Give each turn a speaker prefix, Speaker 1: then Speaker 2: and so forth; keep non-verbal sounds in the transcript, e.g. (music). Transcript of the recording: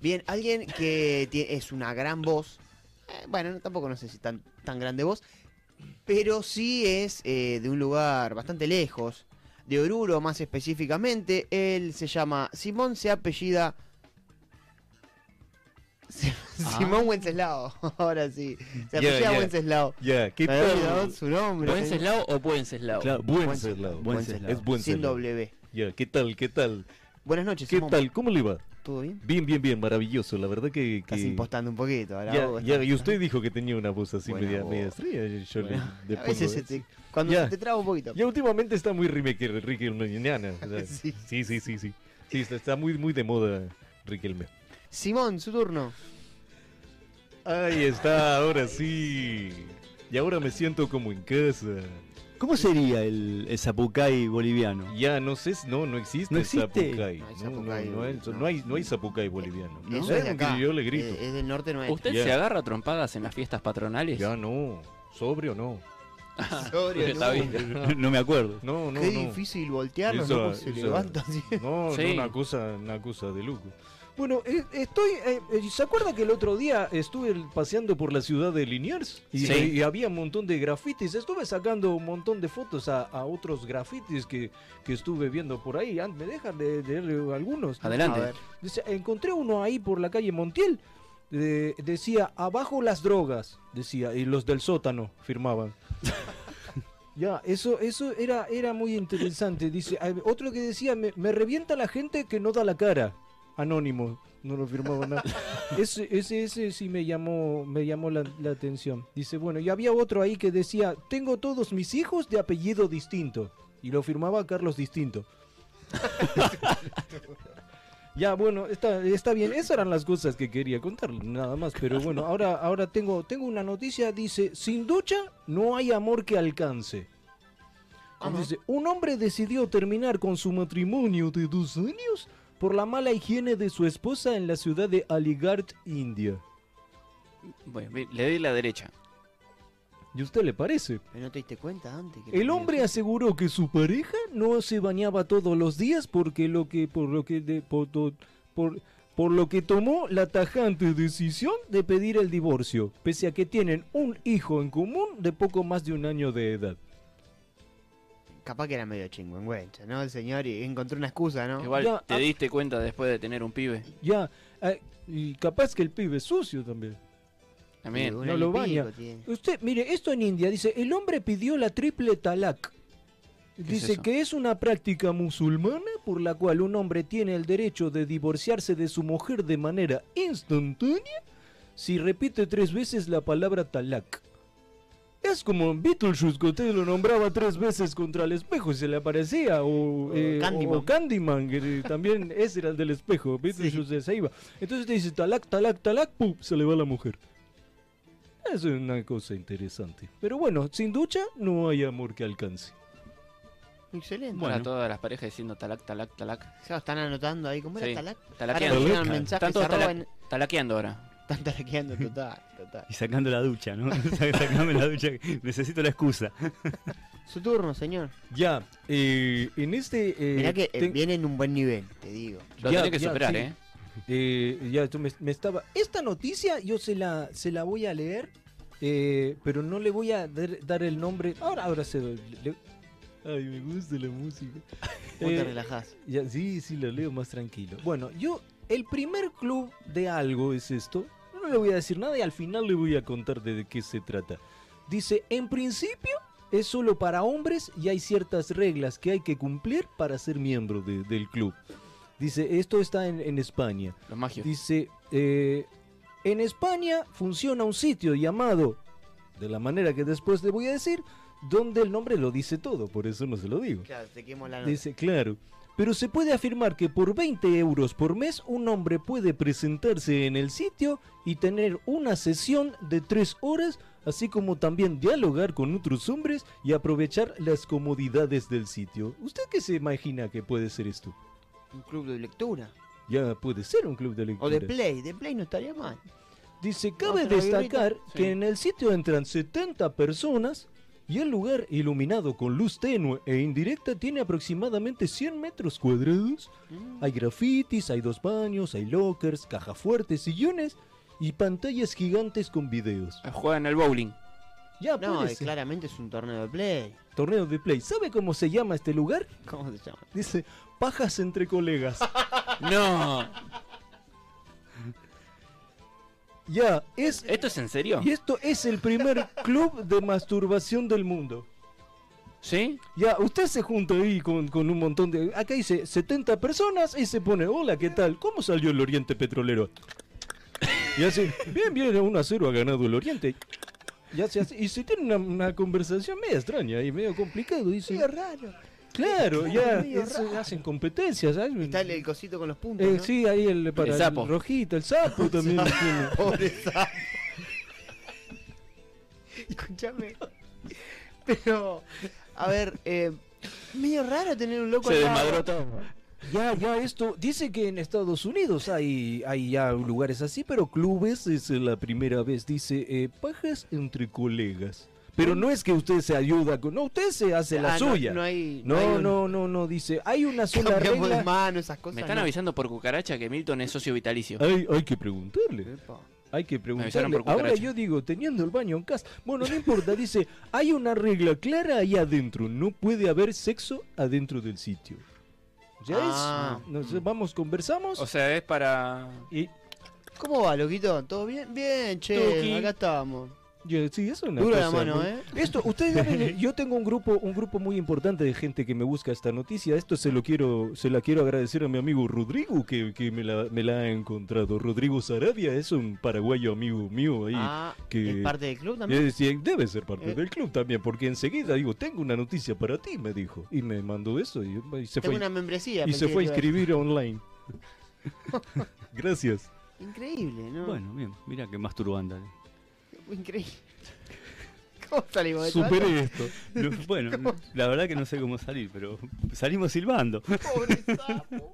Speaker 1: Bien, alguien que tie- es una gran voz. eh, bueno, no- tampoco no sé si tan, tan grande voz. Pero sí es eh, de un lugar bastante lejos. De Oruro más específicamente. Él se llama Simón, se apellida... Si-
Speaker 2: Ah.
Speaker 1: Simón Wenceslao. (laughs) Ahora sí. Se apellida
Speaker 3: Yeah, yeah.
Speaker 1: Wenceslao.
Speaker 3: Yeah, keep
Speaker 1: Me había olvidado
Speaker 3: on.
Speaker 1: su nombre. ¿eh?
Speaker 2: ¿Buenceslao o Buenceslao?
Speaker 3: Claro, Buenceslao.
Speaker 1: Wenceslao.
Speaker 3: Es Buenceslao.
Speaker 1: Sin W.
Speaker 3: Yeah, ¿qué tal? ¿Qué tal?
Speaker 1: Buenas noches,
Speaker 3: ¿Qué
Speaker 1: Simón.
Speaker 3: tal? ¿Cómo le va?
Speaker 1: ¿Todo bien?
Speaker 3: Bien, bien, bien, maravilloso. La verdad que.
Speaker 1: Estás
Speaker 3: que-
Speaker 1: impostando un poquito. ahora
Speaker 3: Ya,
Speaker 1: vos
Speaker 3: ya,
Speaker 1: estás-
Speaker 3: y usted dijo que tenía una voz así
Speaker 1: Buena
Speaker 3: media,
Speaker 1: voz.
Speaker 3: media estrella. Yo le-
Speaker 1: oh. Bueno,
Speaker 3: le
Speaker 1: a
Speaker 3: pongo
Speaker 1: veces se
Speaker 3: eso.
Speaker 1: te- cuando
Speaker 3: Ya.
Speaker 1: se te traba un poquito.
Speaker 3: Ya últimamente está muy remake Ricky Elmeniana.
Speaker 1: Sí.
Speaker 3: sí. sí, sí, sí, sí. está, está muy, muy de moda Ricky Elme.
Speaker 1: Simón, su turno. Ah.
Speaker 3: Ahí está, ahora sí. Y ahora me siento como en casa.
Speaker 4: ¿Cómo sería el, el zapucay boliviano?
Speaker 3: Ya no sé, si- no, no existe
Speaker 4: ¿No
Speaker 3: el
Speaker 4: existe?
Speaker 3: zapucay.
Speaker 1: No hay
Speaker 3: No, no,
Speaker 1: zapucay,
Speaker 3: no hay-
Speaker 1: no.
Speaker 3: no hay- no hay zapucay boliviano.
Speaker 4: No.
Speaker 1: Eso es de
Speaker 3: Claro que
Speaker 1: acá.
Speaker 3: yo le grito.
Speaker 1: Eh, Es, del norte nuestro.
Speaker 2: ¿Usted
Speaker 3: Yeah.
Speaker 2: se agarra a trompadas en las fiestas patronales?
Speaker 3: Ya no, sobrio no.
Speaker 1: Sobre,
Speaker 2: Está
Speaker 1: ¿no?
Speaker 2: bien.
Speaker 4: (laughs) No, me acuerdo.
Speaker 3: No, no,
Speaker 1: Qué
Speaker 3: no.
Speaker 1: difícil voltearlo,
Speaker 3: Esa-
Speaker 1: ¿no? Pues Se
Speaker 3: esa-
Speaker 1: levanta así.
Speaker 3: No,
Speaker 2: Sí.
Speaker 3: no, una cosa, una cosa de lujo.
Speaker 5: Bueno, eh, estoy. eh, eh, ¿Se acuerda que el otro día estuve el-
Speaker 3: Paseando por la ciudad de Liniers y,
Speaker 2: Sí.
Speaker 3: y-
Speaker 5: y había un montón de grafitis? Estuve sacando un montón de fotos a, a otros grafitis que, que estuve viendo por ahí. Ah, ¿Me dejan de, de leer algunos?
Speaker 2: Adelante.
Speaker 1: A ver.
Speaker 5: Dice, encontré uno ahí por la calle Montiel. de- decía, abajo las drogas. Decía, y los del sótano firmaban. ya, eso, eso era, era muy interesante. Dice, ah, otro que decía, me, me revienta la gente que no da la cara. Anónimo, no lo firmaba nada. Ese, ese, ese sí me llamó, me llamó la, la atención. Dice, bueno, y había otro ahí que decía, tengo todos mis hijos de apellido distinto. Y lo firmaba Carlos Distinto. (laughs) Ya, bueno, está, está bien. Esas eran las cosas que quería contar, nada más. Pero bueno, ahora, ahora tengo, tengo una noticia. Dice, sin ducha no hay amor que alcance. Dice, un hombre decidió terminar con su matrimonio de dos años por la mala higiene de su esposa en la ciudad de Aligarh, India.
Speaker 2: Bueno, bien, le doy la derecha.
Speaker 5: ¿Y a usted le parece?
Speaker 1: Pero no te diste cuenta antes. que-
Speaker 5: El hombre aseguró que su pareja no se bañaba todos los días porque lo que por lo que de- por, to- por- por lo que tomó la tajante decisión de pedir el divorcio, pese a que tienen un hijo en común de poco más de un año de edad.
Speaker 1: Capaz que era medio chingüengüencha, ¿no? El señor y encontró una excusa, ¿no?
Speaker 2: Igual
Speaker 5: Ya,
Speaker 2: te
Speaker 5: ah.
Speaker 2: diste cuenta después de tener un pibe.
Speaker 5: Ya, eh, y capaz que el pibe es sucio también.
Speaker 1: Sí,
Speaker 2: También.
Speaker 1: un
Speaker 5: no
Speaker 1: año
Speaker 5: lo
Speaker 1: y pico
Speaker 5: baña.
Speaker 1: tiene.
Speaker 5: Usted, mire, esto en India dice, el hombre pidió la triple talak.
Speaker 2: es
Speaker 5: Dice
Speaker 2: eso?
Speaker 5: que es una práctica musulmana por la cual un hombre tiene el derecho de divorciarse de su mujer de manera instantánea si repite tres veces la palabra talak. Es como Beetlejuice que usted lo nombraba tres veces contra el espejo y se le aparecía. O, eh,
Speaker 1: Candyman.
Speaker 5: o Candyman, que eh, también ese era el del espejo. Beetlejuice se iba. Entonces te dice talak, talak, talak, pum, se le va la mujer. Es una cosa interesante. Pero bueno, sin ducha no hay amor que alcance.
Speaker 1: Excelente.
Speaker 2: Bueno, todas las parejas diciendo talac, talac, talac.
Speaker 1: Ya están anotando ahí. ¿Cómo era
Speaker 2: Sí.
Speaker 1: talac? Ahora me
Speaker 2: Talaqueando.
Speaker 1: llegan mensajes,
Speaker 2: Están todos
Speaker 1: arroba
Speaker 2: tala-
Speaker 1: en-
Speaker 2: talaqueando ahora.
Speaker 1: Están talaqueando total,
Speaker 5: (laughs)
Speaker 1: total.
Speaker 4: Y sacando la ducha, ¿no? (laughs) Sac- Sacame la ducha. Necesito la excusa.
Speaker 1: Su turno, señor.
Speaker 3: Ya,
Speaker 5: Eh, en este. eh,
Speaker 1: Mirá que eh,
Speaker 5: ten-
Speaker 1: viene en un buen nivel, te digo.
Speaker 2: Lo
Speaker 5: Ya,
Speaker 2: tiene que
Speaker 5: ya,
Speaker 2: superar,
Speaker 5: sí.
Speaker 2: ¿eh?
Speaker 5: eh, ya, tú me, me estaba. Esta noticia yo se la, se la voy a leer, eh, pero no le voy a dar, dar el nombre. Ahora, ahora se. lo- le-
Speaker 3: ay, me gusta la música.
Speaker 1: Vos te
Speaker 5: eh,
Speaker 1: relajás.
Speaker 5: ya, sí, sí, lo leo más tranquilo. Bueno, yo. El primer club de algo es esto. No le voy a decir nada y al final le voy a contar de qué se trata. Dice: En principio es solo para hombres y hay ciertas reglas que hay que cumplir para ser miembro de- del club. Dice: Esto está en- en España.
Speaker 2: Los magios.
Speaker 5: Dice, eh, en España funciona un sitio llamado, de la manera que después le voy a decir, donde el nombre lo dice todo, por eso no se lo digo.
Speaker 1: Claro, te quemo la nota.
Speaker 5: Dice, claro. Pero se puede afirmar que por 20 euros por mes un hombre puede presentarse en el sitio y tener una sesión de 3 horas, así como también dialogar con otros hombres y aprovechar las comodidades del sitio. ¿Usted qué se imagina que puede ser esto?
Speaker 1: Un club de lectura.
Speaker 5: Ya puede ser un club de lectura.
Speaker 1: O de play. De play no estaría mal.
Speaker 5: Dice, cabe
Speaker 1: Otra birrita.
Speaker 5: destacar
Speaker 2: Sí.
Speaker 5: que en el sitio entran 70 personas Y el lugar, iluminado con luz tenue e indirecta, tiene aproximadamente 100 metros cuadrados.
Speaker 1: Mm.
Speaker 5: Hay grafitis, hay dos baños, hay lockers, caja fuerte, sillones y pantallas gigantes con videos.
Speaker 2: Juegan al bowling.
Speaker 5: Ya,
Speaker 1: No,
Speaker 5: puede
Speaker 1: eh,
Speaker 5: ser.
Speaker 1: claramente es un torneo de play. (laughs)
Speaker 5: Torneo de play. ¿Sabe cómo se llama este lugar?
Speaker 1: ¿Cómo se llama?
Speaker 5: Dice, pajas
Speaker 1: (laughs)
Speaker 5: entre colegas.
Speaker 2: No.
Speaker 5: ya, es...
Speaker 2: ¿Esto es en serio?
Speaker 5: Y esto es
Speaker 1: (laughs)
Speaker 5: el primer club de masturbación del mundo.
Speaker 2: ¿Sí?
Speaker 5: Ya, usted se junta ahí con, con un montón de... Acá dice 70 personas y se pone, hola, ¿qué tal? ¿Cómo salió el Oriente Petrolero? Y así, bien, bien, 1 a 0 ha ganado el Oriente. Y, así, así, y se tiene una, una conversación medio extraña y medio complicado. Dice,
Speaker 1: raro.
Speaker 5: claro, ya,
Speaker 1: medio
Speaker 5: eso, hacen competencias. ¿sabes?
Speaker 1: Está el, el cosito con los puntos.
Speaker 5: Eh,
Speaker 1: ¿no?
Speaker 5: Sí, ahí el, para el
Speaker 2: sapo.
Speaker 5: rojito,
Speaker 1: (laughs)
Speaker 5: el sapo también. lo tiene.
Speaker 1: Pobre sapo.
Speaker 5: (laughs)
Speaker 1: Escúchame. Pero, a ver, eh, medio raro tener un loco
Speaker 2: Se
Speaker 1: al lado.
Speaker 2: desmadró todo.
Speaker 5: Ya, ya esto, dice que en Estados Unidos hay, hay ya lugares así, pero clubes es la primera vez, dice, eh, pajas entre colegas. Pero no es que usted se ayuda, con, no, usted se hace la
Speaker 1: Ah, no,
Speaker 5: suya.
Speaker 1: No,
Speaker 5: No,
Speaker 1: hay.
Speaker 5: no,
Speaker 1: hay un-
Speaker 5: no, no, dice, hay una sola
Speaker 1: Cambiamos de
Speaker 5: regla.
Speaker 1: mano, esas cosas.
Speaker 2: Me están
Speaker 1: no.
Speaker 2: avisando por cucaracha que Milton es socio vitalicio.
Speaker 5: Hay, hay que preguntarle,
Speaker 1: Epa.
Speaker 5: hay que
Speaker 2: avisaron
Speaker 5: preguntarle.
Speaker 2: por
Speaker 5: Ahora
Speaker 2: cucaracha.
Speaker 5: yo digo, teniendo el baño en casa, bueno, no importa, dice, hay una regla clara ahí adentro, no puede haber sexo adentro del sitio. Ya
Speaker 1: Ah.
Speaker 5: es, nos vamos, conversamos.
Speaker 2: O sea, es para...
Speaker 5: y
Speaker 1: ¿Cómo va, loquito? ¿Todo bien? Bien, che,
Speaker 5: Tuki.
Speaker 1: acá estamos.
Speaker 5: Ya, sí, es una
Speaker 1: Dura la
Speaker 5: cosa
Speaker 1: mano,
Speaker 5: muy-
Speaker 1: ¿eh?
Speaker 5: Esto, ustedes saben, yo tengo un grupo, un grupo muy importante de gente que me busca esta noticia. Esto se lo quiero, se la quiero agradecer a mi amigo Rodrigo, que, que me, la, me la ha encontrado. Rodrigo Sarabia es un paraguayo amigo mío ahí.
Speaker 1: Ah,
Speaker 5: que-
Speaker 1: ¿es parte del club también?
Speaker 5: Eh, sí, debe ser parte
Speaker 1: Eh.
Speaker 5: del club también, porque enseguida digo, tengo una noticia para ti, me dijo. Y me mandó eso y, y se,
Speaker 1: Tengo
Speaker 5: fue,
Speaker 1: una membresía.
Speaker 5: y se
Speaker 1: pensé
Speaker 5: fue a
Speaker 1: que te iba (laughs)
Speaker 5: inscribir online. Gracias.
Speaker 1: a- Increíble, ¿no?
Speaker 4: Bueno, bien, mira que masturbanda.
Speaker 1: Increíble. (laughs) ¿Cómo salimos de todo esto?
Speaker 5: Superé esto.
Speaker 4: No, bueno, la verdad que no sé cómo salir, pero salimos silbando.
Speaker 1: Pobre sapo.